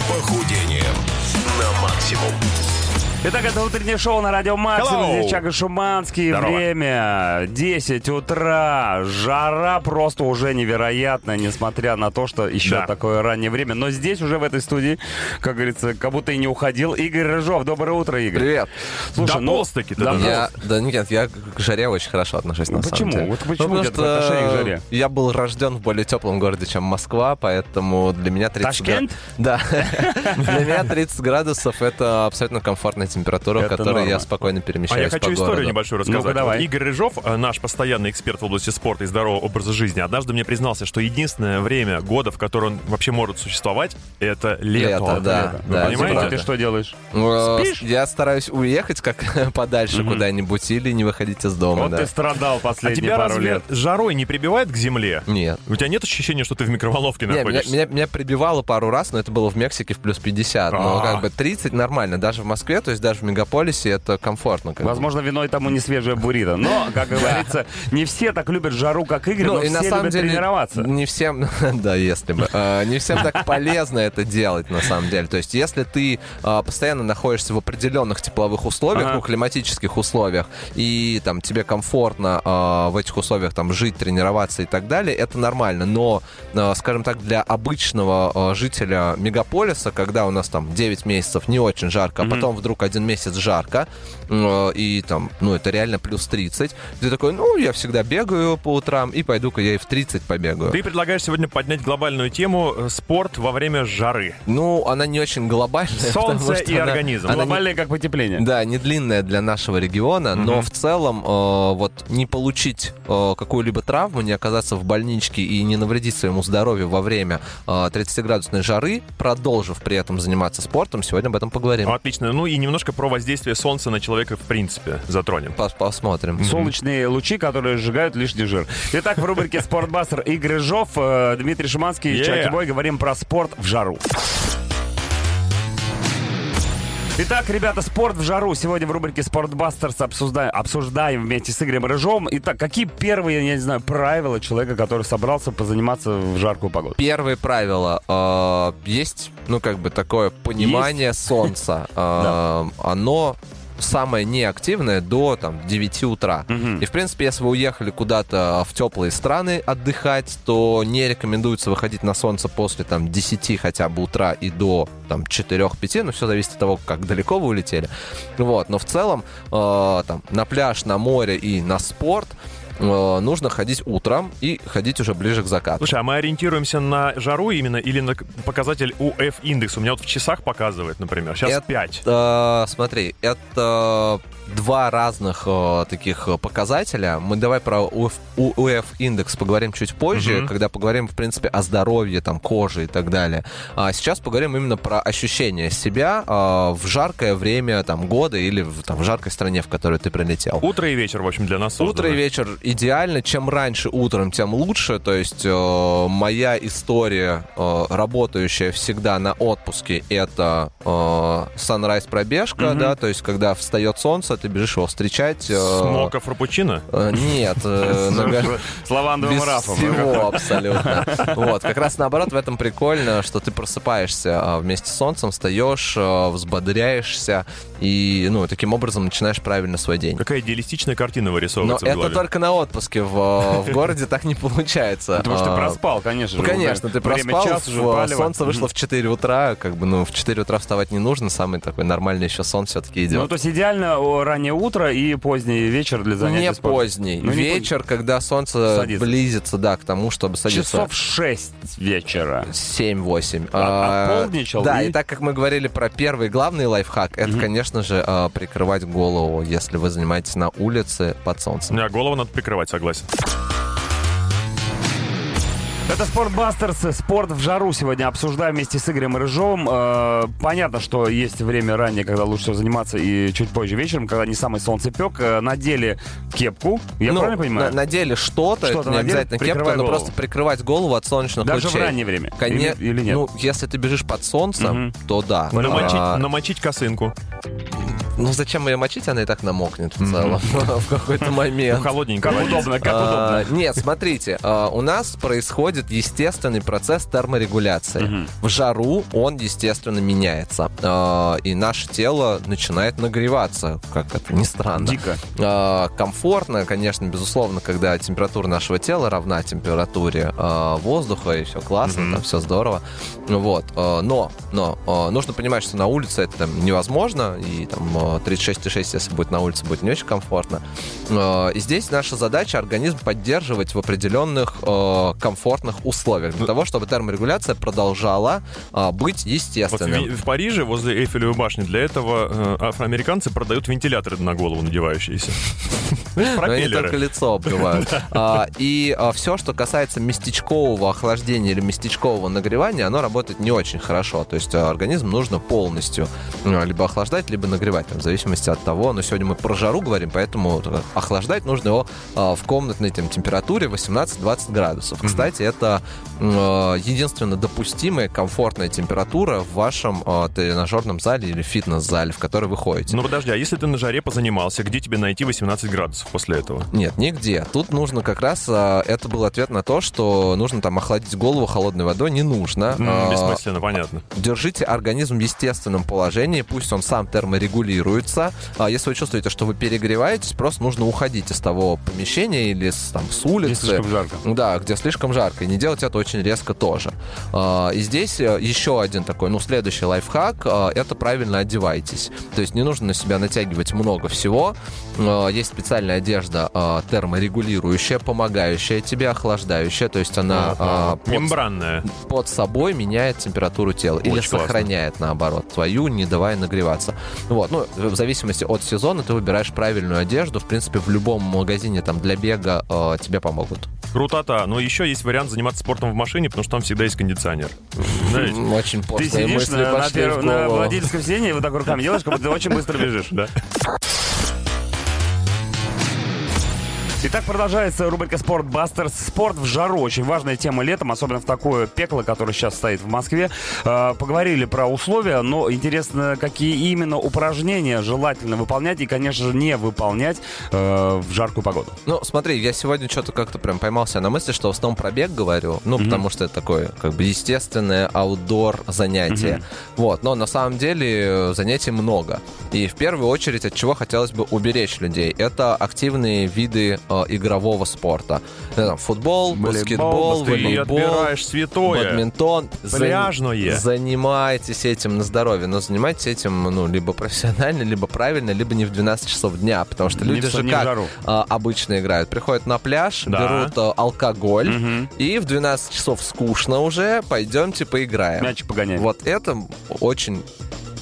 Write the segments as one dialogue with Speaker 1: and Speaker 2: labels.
Speaker 1: похудением на максимум.
Speaker 2: Итак, это утреннее шоу на радио Максимум.
Speaker 1: Hello.
Speaker 2: Здесь Чак и Шуманский.
Speaker 1: Здорово.
Speaker 2: Время 10 утра. Жара просто уже невероятная, несмотря на то, что еще
Speaker 1: Да.
Speaker 2: такое раннее время. Но здесь уже в этой студии, как говорится, как будто и не уходил. Игорь Рыжов. Доброе утро, Игорь.
Speaker 3: Привет.
Speaker 2: Слушай, ну,
Speaker 1: Дополз-таки ты
Speaker 2: дополз.
Speaker 3: Я, да нет, я к жаре очень хорошо отношусь, на
Speaker 2: Почему?
Speaker 3: самом деле.
Speaker 2: Вот почему
Speaker 3: Ну,
Speaker 2: у тебя такое отношение к жаре?
Speaker 3: Я был рожден в более теплом городе, чем Москва, поэтому для меня 30
Speaker 2: Ташкент?
Speaker 3: Да. Для меня 30 градусов — это абсолютно комфортная температура, в
Speaker 2: Это
Speaker 3: которой
Speaker 2: норма.
Speaker 3: я спокойно
Speaker 4: А я
Speaker 3: перемещаюсь
Speaker 4: хочу
Speaker 3: по
Speaker 4: историю
Speaker 3: городу.
Speaker 4: небольшую рассказать.
Speaker 2: Ну-ка, давай.
Speaker 4: Вот Игорь Рыжов, э, наш постоянный эксперт в области спорта и здорового образа жизни, однажды мне признался, что единственное время года, в которое он вообще может существовать, это лето.
Speaker 3: Лето, да, да,
Speaker 4: Лето. Вы понимаете? А
Speaker 2: Зимой
Speaker 3: правда.
Speaker 2: ты что делаешь?
Speaker 3: Э,
Speaker 2: Спишь?
Speaker 3: Я стараюсь уехать как подальше куда-нибудь или не выходить из дома,
Speaker 2: Вот
Speaker 3: да.
Speaker 2: ты страдал
Speaker 4: А
Speaker 2: последние
Speaker 4: тебя
Speaker 2: пару
Speaker 4: разве
Speaker 2: лет.
Speaker 4: жарой не прибивает к земле?
Speaker 3: Нет.
Speaker 4: У тебя нет ощущения, что ты в микроволновке
Speaker 3: Не, меня,
Speaker 4: находишься?
Speaker 3: меня, меня прибивало пару раз, но это было в Мексике в плюс 50. Но
Speaker 4: А.
Speaker 3: как бы 30 нормально, даже в Москве, то есть даже в мегаполисе это комфортно. как бы.
Speaker 2: Возможно, виной тому не свежая буррито. Но, как говорится, не все так любят жару, как Игорь, но
Speaker 3: Ну, и
Speaker 2: все любят тренироваться.
Speaker 3: не всем, да, если бы, Э, не всем так полезно это делать на самом деле. То есть, если ты э, постоянно находишься в определенных тепловых условиях,
Speaker 2: Ага.
Speaker 3: ну, климатических условиях, и там тебе комфортно э, в этих условиях там жить, тренироваться и так далее, это нормально. Но, э, скажем так, для обычного э, жителя мегаполиса, когда у нас там 9 месяцев не очень жарко, а потом вдруг один месяц жарко, э, и там, ну, это реально плюс 30, ты такой, ну, я всегда бегаю по утрам, и пойду-ка я и в 30 побегаю.
Speaker 4: Ты предлагаешь сегодня поднять глобальную тему э, спорт во время жары.
Speaker 3: Ну, она не очень глобальная.
Speaker 4: Солнце
Speaker 3: потому что
Speaker 4: и
Speaker 3: она-
Speaker 4: организм. Ну,
Speaker 3: она не-
Speaker 2: Глобальное как потепление.
Speaker 3: Да, не длинная для нашего региона, но в целом э, вот не получить э, какую-либо травму, не оказаться в больничке и не навредить своему здоровью во время э, 30-градусной жары, продолжив при этом заниматься спортом, сегодня об этом поговорим.
Speaker 4: Ну, отлично. Ну и немножко про воздействие солнца на человека в принципе затронем.
Speaker 3: Пос- Посмотрим.
Speaker 2: Солнечные лучи, которые сжигают лишний жир. Итак, в рубрике «Спортбастер» Игорь Жов, э, Дмитрий Шиманский,
Speaker 4: Yeah.
Speaker 2: Чаки Бой. Говорим про спорт в жару. Итак, ребята, спорт в жару. Сегодня в рубрике «Спортбастерс» обсуждаем, обсуждаем вместе с Игорем Рыжом. Итак, какие первые, я не знаю, правила человека, который собрался позаниматься в жаркую погоду?
Speaker 3: Первое правило. э, есть, ну, как бы такое понимание солнца. Э, Оно самое неактивное до там 9 утра. И, в принципе, если вы уехали куда-то в теплые страны отдыхать, то не рекомендуется выходить на солнце после там 10 хотя бы утра и до там 4-5, но все зависит от того, как далеко вы улетели. Вот, но в целом э, там на пляж, на море и на спорт э, нужно ходить утром и ходить уже ближе к закату.
Speaker 4: Слушай, а мы ориентируемся на жару именно или на к- показатель УФ-индекс? У меня вот в часах показывает, например. Сейчас
Speaker 3: Это-
Speaker 4: 5.
Speaker 3: Э, смотри, это два разных э, таких э, показателя. Мы давай про УФ индекс поговорим чуть позже,
Speaker 4: Мгм.
Speaker 3: когда поговорим, в принципе, о здоровье, там, кожи и так далее. А сейчас поговорим именно про ощущение себя э, в жаркое время там, года или в, там, в жаркой стране, в которую ты прилетел.
Speaker 4: Утро и вечер, в общем, для нас
Speaker 3: Утро и
Speaker 4: созданы.
Speaker 3: вечер идеально. Чем раньше утром, тем лучше. То есть э, моя история, э, работающая всегда на отпуске, это э, sunrise пробежка, да, то есть когда встает солнце, ты бежишь его встречать. э,
Speaker 4: Смока фрапучино?
Speaker 3: э, нет, э, на го-
Speaker 2: С лавандовым
Speaker 3: без
Speaker 2: рафом.
Speaker 3: всего абсолютно. Вот, как раз наоборот, в этом прикольно, что ты просыпаешься а, вместе с солнцем, встаешь, а, взбодряешься и, ну, таким образом начинаешь правильно свой день.
Speaker 4: Какая идеалистичная картина
Speaker 3: Но
Speaker 4: вырисовывается в
Speaker 3: это
Speaker 4: голове.
Speaker 3: только на отпуске в, в городе так не получается.
Speaker 2: Потому что ты
Speaker 3: А,
Speaker 2: проспал, конечно
Speaker 3: ну,
Speaker 2: же.
Speaker 3: конечно, ты
Speaker 2: Время
Speaker 3: проспал,
Speaker 2: час уже
Speaker 3: в- а, э,
Speaker 2: палево.
Speaker 3: солнце вышло в 4 утра, как бы, ну, в 4 утра вставать не нужно, самый такой нормальный еще сон все-таки
Speaker 2: Ну,
Speaker 3: идет.
Speaker 2: то есть идеально о, раннее утро и поздний вечер для занятий
Speaker 3: не
Speaker 2: спортом.
Speaker 3: поздний.
Speaker 2: Ну, не
Speaker 3: Вечер, когда солнце
Speaker 2: Садится.
Speaker 3: близится, да, к тому, чтобы садиться.
Speaker 2: Часов 6 вечера.
Speaker 3: 7-8.
Speaker 2: А-
Speaker 3: А,
Speaker 2: отполдничал
Speaker 3: Да,
Speaker 2: и-
Speaker 3: и так как мы говорили про первый главный лайфхак, это, конечно же, а, прикрывать голову, если вы занимаетесь на улице под солнцем.
Speaker 4: Да, голову надо прикрывать, согласен.
Speaker 2: Это Спортбастерс. Спорт в жару сегодня обсуждаем вместе с Игорем Рыжовым. Э, понятно, что есть время ранее, когда лучше всего заниматься, и чуть позже вечером, когда не самый солнцепек. Э, надели кепку. Я
Speaker 3: Ну,
Speaker 2: правильно понимаю?
Speaker 3: На, на деле что-то,
Speaker 2: Что-то
Speaker 3: это не
Speaker 2: надели,
Speaker 3: обязательно
Speaker 2: прикрывай
Speaker 3: кепка, но
Speaker 2: голову.
Speaker 3: просто прикрывать голову от солнечных
Speaker 2: Даже
Speaker 3: лучей.
Speaker 2: в раннее время.
Speaker 3: Коне-
Speaker 2: Или, или нет?
Speaker 3: Ну, если ты бежишь под солнцем, то да.
Speaker 4: Намочить,
Speaker 3: А,
Speaker 4: намочить косынку.
Speaker 3: Ну зачем ее мочить, она и так намокнет в целом в какой-то момент.
Speaker 4: Холодненько.
Speaker 2: Как удобно, как удобно.
Speaker 3: А, Нет, смотрите, а, у нас происходит естественный процесс терморегуляции. В жару он, естественно, меняется. А, И наше тело начинает нагреваться, как это ни странно.
Speaker 2: Дико.
Speaker 3: А, Комфортно, конечно, безусловно, когда температура нашего тела равна температуре а, воздуха, и все классно, там все здорово. Вот. а, Но, но а, нужно понимать, что на улице это там, невозможно, и там а, 36,6, если будет на улице, будет не очень комфортно. А, И здесь наша задача организм поддерживать в определенных а, комфортных условиях,
Speaker 4: Ну,
Speaker 3: для того, чтобы терморегуляция продолжала а, быть
Speaker 4: Вот в, Ви-
Speaker 3: естественной.
Speaker 4: в Париже, возле Эйфелевой башни, для этого э, афроамериканцы продают вентиляторы на голову надевающиеся.
Speaker 3: Но они
Speaker 4: Пропеллеры.
Speaker 3: только лицо обдувают. А, И все, что касается местечкового охлаждения или местечкового нагревания, оно работает не очень хорошо. То есть а, организм нужно полностью ну, либо охлаждать, либо нагревать, там, в зависимости от того. Но сегодня мы про жару говорим, поэтому э, охлаждать нужно его а, в комнатной там, температуре 18-20 градусов. Кстати, это м, э, единственно допустимая комфортная температура в вашем э, тренажерном зале или фитнес-зале, в который вы ходите.
Speaker 4: Ну подожди, а если ты на жаре позанимался, где тебе найти 18 градусов после этого?
Speaker 3: Нет, нигде. Тут нужно как раз... а, Это был ответ на то, что нужно там охладить голову холодной водой. Не нужно.
Speaker 4: М,
Speaker 3: А,
Speaker 4: Бессмысленно, понятно.
Speaker 3: Держите организм в естественном положении, пусть он сам терморегулируется. А Если вы чувствуете, что вы перегреваетесь, просто нужно уходить из того помещения или с, там, с улицы.
Speaker 2: Здесь слишком жарко.
Speaker 3: Да, где слишком жарко. И не делать это очень резко тоже. А, И здесь э, еще один такой, ну, следующий лайфхак э, это правильно одевайтесь. То есть не нужно на себя натягивать много всего. Э, Есть специальная одежда э, терморегулирующая, помогающая тебе, охлаждающая. То есть она э, под-
Speaker 4: Мембранная.
Speaker 3: под собой меняет температуру тела или
Speaker 4: Очень классно.
Speaker 3: сохраняет наоборот твою, не давая нагреваться. Вот, ну в зависимости от сезона ты выбираешь правильную одежду. В принципе, в любом магазине там для бега э, тебе помогут.
Speaker 4: Крутота. Но еще есть вариант заниматься спортом в машине, потому что там всегда есть кондиционер. Знаете?
Speaker 3: М, Очень
Speaker 2: Ты
Speaker 3: пошлые
Speaker 2: сидишь
Speaker 3: мысли
Speaker 2: на, на
Speaker 3: пошли
Speaker 2: перв-
Speaker 3: в
Speaker 2: на
Speaker 3: голову.
Speaker 2: водительском сиденье, и вот так руками делаешь, как будто ты очень быстро бежишь.
Speaker 4: Да.
Speaker 2: Итак, продолжается рубрика «Спортбастерс». Спорт в жару. Очень важная тема летом, особенно в такое пекло, которое сейчас стоит в Москве. Э, Поговорили про условия, но интересно, какие именно упражнения желательно выполнять и, конечно же, не выполнять э, в жаркую погоду.
Speaker 3: Ну, смотри, я сегодня что-то как-то прям поймался на мысли, что в основном про бег говорю. Ну, потому что это такое, как бы, естественное аутдор занятие. Вот, но на самом деле э, занятий много. И в первую очередь, от чего хотелось бы уберечь людей, это активные виды э, игрового спорта. Ну, там, футбол,
Speaker 2: Волейбол,
Speaker 3: баскетбол,
Speaker 4: Ты
Speaker 3: волейбол,
Speaker 4: отбираешь святое.
Speaker 3: Бадминтон. Зан-
Speaker 4: Пляжное.
Speaker 3: Занимайтесь этим на здоровье, но занимайтесь этим, ну, либо профессионально, либо правильно, либо не в 12 часов дня, потому что
Speaker 2: Не
Speaker 3: люди
Speaker 2: в
Speaker 3: же
Speaker 2: не в
Speaker 3: как
Speaker 2: жару.
Speaker 3: а, обычно играют? Приходят на пляж,
Speaker 4: Да.
Speaker 3: берут а, алкоголь,
Speaker 2: Мгм.
Speaker 3: и в 12 часов скучно уже, пойдемте поиграем.
Speaker 2: Мячик погоняй.
Speaker 3: Вот это очень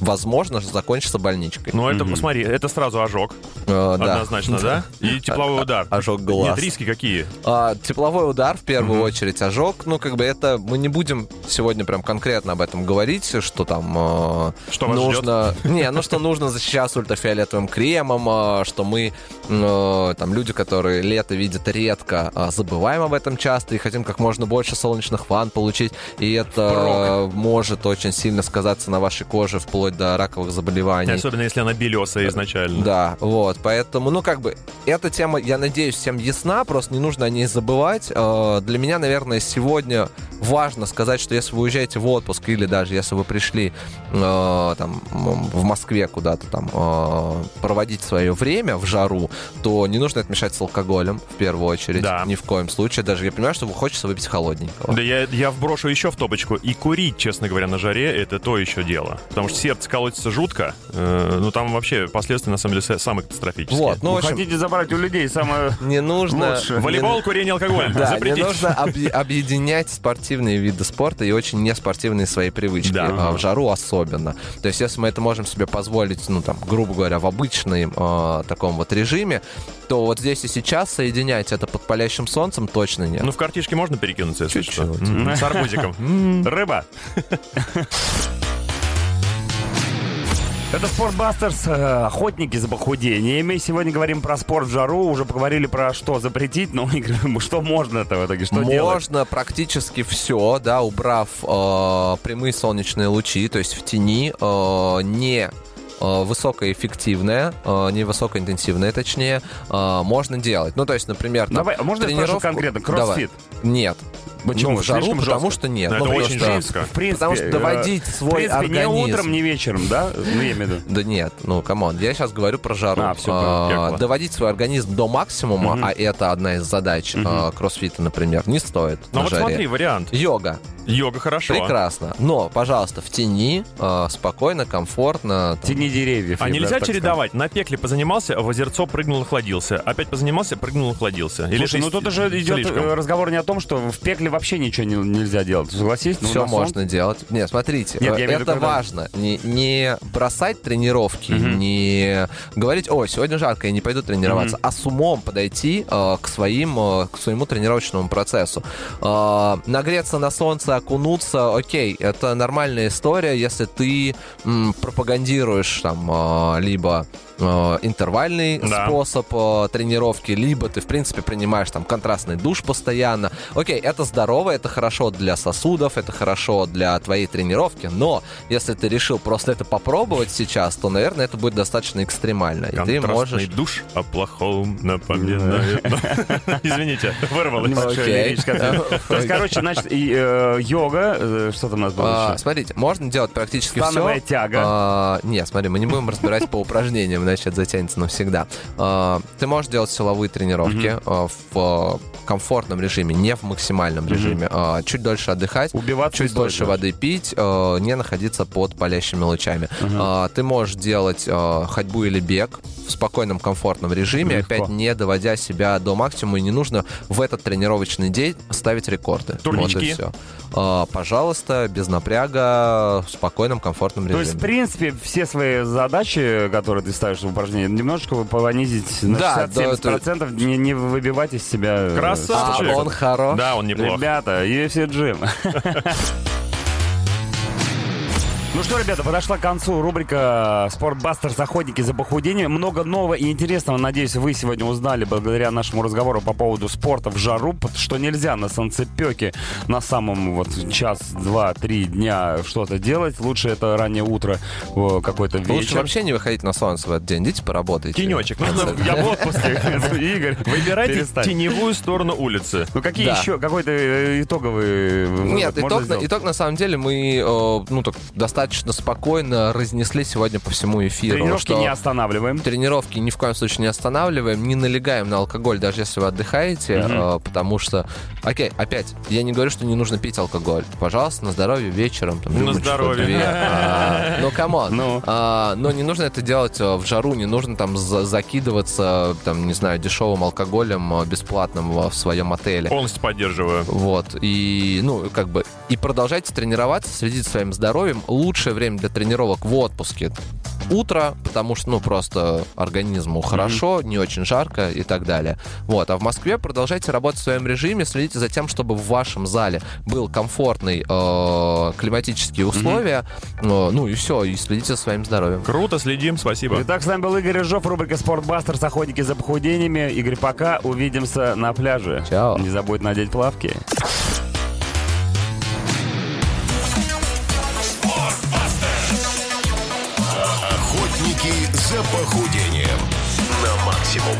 Speaker 3: возможно что закончится больничкой.
Speaker 4: Ну, это,
Speaker 2: Мгм.
Speaker 4: смотри, это сразу ожог,
Speaker 3: Э, да. А,
Speaker 4: однозначно, да? И тепловой удар.
Speaker 3: Ожог глаз.
Speaker 4: Нет, риски какие?
Speaker 3: А, тепловой удар в первую
Speaker 4: Мгм.
Speaker 3: очередь, ожог. Ну, как бы это мы не будем сегодня прям конкретно об этом говорить, что там э,
Speaker 4: Что вас
Speaker 3: нужно. Не, ну что нужно защищаться ультрафиолетовым кремом, э, что мы э, там люди, которые лето видят редко, э, забываем об этом часто и хотим как можно больше солнечных ванн получить. И это э, может очень сильно сказаться на вашей коже вплоть до раковых заболеваний.
Speaker 4: Особенно если она белесая изначально.
Speaker 3: Да, вот, поэтому, ну, как бы, эта тема, я надеюсь, всем ясна, просто не нужно о ней забывать. Э, Для меня, наверное, сегодня важно сказать, что если вы уезжаете в отпуск, или даже если вы пришли э, там м, в Москве куда-то там э, проводить свое время в жару, то не нужно это мешать с алкоголем, в первую очередь,
Speaker 4: Да.
Speaker 3: ни в коем случае. Даже я понимаю, что хочется выпить холодненького.
Speaker 4: Да я, я вброшу еще в топочку. И курить, честно говоря, на жаре это то еще дело. Потому что сердце колотится жутко. Э, ну там вообще последствия, на самом деле, са- самые катастрофические.
Speaker 3: Вот, ну,
Speaker 2: Вы
Speaker 3: в общем,
Speaker 2: Хотите забрать у людей самое...
Speaker 3: не нужно...
Speaker 2: Лучше.
Speaker 3: не-
Speaker 4: Волейбол, курение, алкоголь.
Speaker 3: Да,
Speaker 4: Запретить.
Speaker 3: не нужно объ- объединять спортивные виды спорта и очень неспортивные свои привычки.
Speaker 4: Да.
Speaker 3: а, в жару особенно. То есть, если мы это можем себе позволить, ну, там, грубо говоря, в обычном э, таком вот режиме, то вот здесь и сейчас соединять это под палящим солнцем точно нет.
Speaker 4: Ну в картишке можно перекинуться, если что.
Speaker 3: Чуть-чуть.
Speaker 2: типа.
Speaker 4: М, С арбузиком. Ну,
Speaker 2: Рыба. Это Спортбастерс, э, охотники за похудениями. Сегодня говорим про спорт в жару. Уже поговорили про что запретить, но что можно-то в итоге, что делать?
Speaker 3: Можно практически все, да, а, убрав э, прямые солнечные лучи, то есть в тени, э, не э, высокоэффективное, э, не высокоинтенсивное, точнее, э, можно делать. Ну, то есть, например, там,
Speaker 2: Давай, а можно я спрошу
Speaker 3: тренировку-
Speaker 2: конкретно?
Speaker 3: Давай.
Speaker 2: Кроссфит?
Speaker 3: Нет.
Speaker 2: Почему?
Speaker 3: Ну, в жару,
Speaker 2: Слишком
Speaker 3: потому
Speaker 2: жестко.
Speaker 3: что нет.
Speaker 4: Но это
Speaker 3: Ну,
Speaker 4: очень
Speaker 3: просто-
Speaker 4: жестко.
Speaker 2: В принципе,
Speaker 3: Потому
Speaker 2: э,
Speaker 3: что доводить
Speaker 2: в
Speaker 3: свой
Speaker 2: принципе, не утром,
Speaker 3: организм...
Speaker 2: не вечером, да? Ну, я имею в виду.
Speaker 3: Да нет, ну, камон, я сейчас говорю про жару.
Speaker 2: А, всё,
Speaker 3: А,
Speaker 4: понял, я класс.
Speaker 3: доводить свой организм до максимума,
Speaker 2: Мгм.
Speaker 3: а это одна из задач а, кроссфита, например, не стоит
Speaker 4: Ну
Speaker 3: на
Speaker 4: вот
Speaker 3: жаре.
Speaker 4: смотри, вариант.
Speaker 3: Йога.
Speaker 4: Йога хорошо.
Speaker 3: Прекрасно. Но, пожалуйста, в тени, а, спокойно, комфортно. там.
Speaker 2: Тени деревьев.
Speaker 4: А
Speaker 2: я бы
Speaker 4: нельзя
Speaker 2: так сказал.
Speaker 4: чередовать? На пекле позанимался, а в озерцо прыгнул, охладился. Опять позанимался, прыгнул, охладился. Или
Speaker 2: Слушай, ну
Speaker 4: шесть-
Speaker 2: тут уже идет
Speaker 4: слишком?
Speaker 2: э, разговор не о том, что в пекле вообще ничего не- нельзя делать. Согласись? Ну,
Speaker 3: Все
Speaker 2: на солнце-
Speaker 3: можно делать. Нет, смотрите,
Speaker 2: Нет, я
Speaker 3: э,
Speaker 2: имею в виду,
Speaker 3: это
Speaker 2: когда-
Speaker 3: важно. Не, не бросать тренировки, не говорить, ой, сегодня жарко, я не пойду тренироваться, а с умом подойти э, к, своим, э, к своему тренировочному процессу. Э, нагреться на солнце, окунуться, окей, это нормальная история, если ты м, пропагандируешь там э, либо э, интервальный
Speaker 4: Да.
Speaker 3: способ э, тренировки, либо ты, в принципе, принимаешь там контрастный душ постоянно. Окей, это здорово, это хорошо для сосудов, это хорошо для твоей тренировки, но если ты решил просто это попробовать сейчас, то, наверное, это будет достаточно экстремально. И ты
Speaker 4: Контрастный
Speaker 3: можешь...
Speaker 4: душ о плохом напоминает. Извините, вырвалось.
Speaker 2: Небольшое
Speaker 3: Ну, Окей.
Speaker 2: лирическое отступление. То есть, короче, значит, и, э, йога, э, что там у нас было
Speaker 3: А,
Speaker 2: еще?
Speaker 3: смотрите, можно делать практически
Speaker 2: Становая
Speaker 3: все.
Speaker 2: тяга.
Speaker 3: А, не, смотри, мы не будем разбирать по упражнениям, иначе это затянется навсегда. А, ты можешь делать силовые тренировки а, в а, комфортном режиме, не в максимальном режиме. А, чуть дольше отдыхать,
Speaker 2: Убиваться не
Speaker 3: чуть
Speaker 2: стоит
Speaker 3: больше
Speaker 2: даже.
Speaker 3: воды пить, а, не находиться под палящими лучами. А, ты можешь делать а, ходьбу или бег в спокойном, комфортном режиме,
Speaker 2: Легко.
Speaker 3: опять не доводя себя до максимума, и не нужно в этот тренировочный день ставить рекорды.
Speaker 4: Турнички.
Speaker 3: Вот и все. А, пожалуйста, без напряга, в спокойном, комфортном
Speaker 2: То
Speaker 3: режиме.
Speaker 2: есть, в принципе, все свои задачи, которые ты ставишь в упражнении, немножко понизить на
Speaker 3: Да,
Speaker 2: 60-70%, не, не выбивать из себя... э,
Speaker 4: Красавчик.
Speaker 3: а,
Speaker 4: Слушай,
Speaker 3: он хорош.
Speaker 4: Да, он неплох.
Speaker 2: Ребята, UFC Джим. Ну что, ребята, подошла к концу рубрика «Спортбастер. Заходники за похудением». Много нового и интересного, надеюсь, вы сегодня узнали благодаря нашему разговору по поводу спорта в жару, пот- что нельзя на санцепёке на самом вот час, два, три дня что-то делать. Лучше это раннее утро, э, какой-то вечер.
Speaker 3: Лучше вообще не выходить на солнце в этот день. Идите поработайте.
Speaker 4: Тенечек. Нужно
Speaker 2: Я в отпуске, Игорь.
Speaker 4: Ну, выбирайте
Speaker 2: перестань.
Speaker 4: теневую сторону улицы.
Speaker 2: Ну какие
Speaker 3: Да.
Speaker 2: еще, какой-то э, итоговый вывод
Speaker 3: Нет,
Speaker 2: можно
Speaker 3: итог, на-
Speaker 2: сделать?
Speaker 3: итог на самом деле мы э, ну, так, достаточно спокойно разнесли сегодня по всему эфиру.
Speaker 2: Тренировки
Speaker 3: что-
Speaker 2: не останавливаем.
Speaker 3: тренировки ни в коем случае не останавливаем, не налегаем на алкоголь, даже если вы отдыхаете, э, потому что, окей, опять, я не говорю, что не нужно пить алкоголь. Пожалуйста, на здоровье вечером. Там,
Speaker 4: На
Speaker 3: рюмочку,
Speaker 4: здоровье.
Speaker 3: две. А, Ну, камон.
Speaker 2: Ну.
Speaker 3: А, Но не нужно это делать э, в жару, не нужно там за- закидываться, там, не знаю, дешевым алкоголем э, бесплатным э, в своем отеле.
Speaker 4: Полностью поддерживаю.
Speaker 3: Вот, и, ну, как бы, и продолжайте тренироваться, следите за своим здоровьем. Лучшее время для тренировок в отпуске утро, потому что, ну, просто организму хорошо, не очень жарко и так далее. Вот, а в Москве продолжайте работать в своем режиме, следите за тем, чтобы в вашем зале был комфортный э, климатические условия, Э, ну и все, и следите за своим здоровьем.
Speaker 4: Круто, следим, спасибо.
Speaker 2: Итак, с нами был Игорь Рыжов, рубрика «Спортбастер. с охотники за похудениями». Игорь, пока. Увидимся на пляже.
Speaker 3: Чао.
Speaker 2: Не забудь надеть плавки.
Speaker 1: Охотники за похудением на максимум.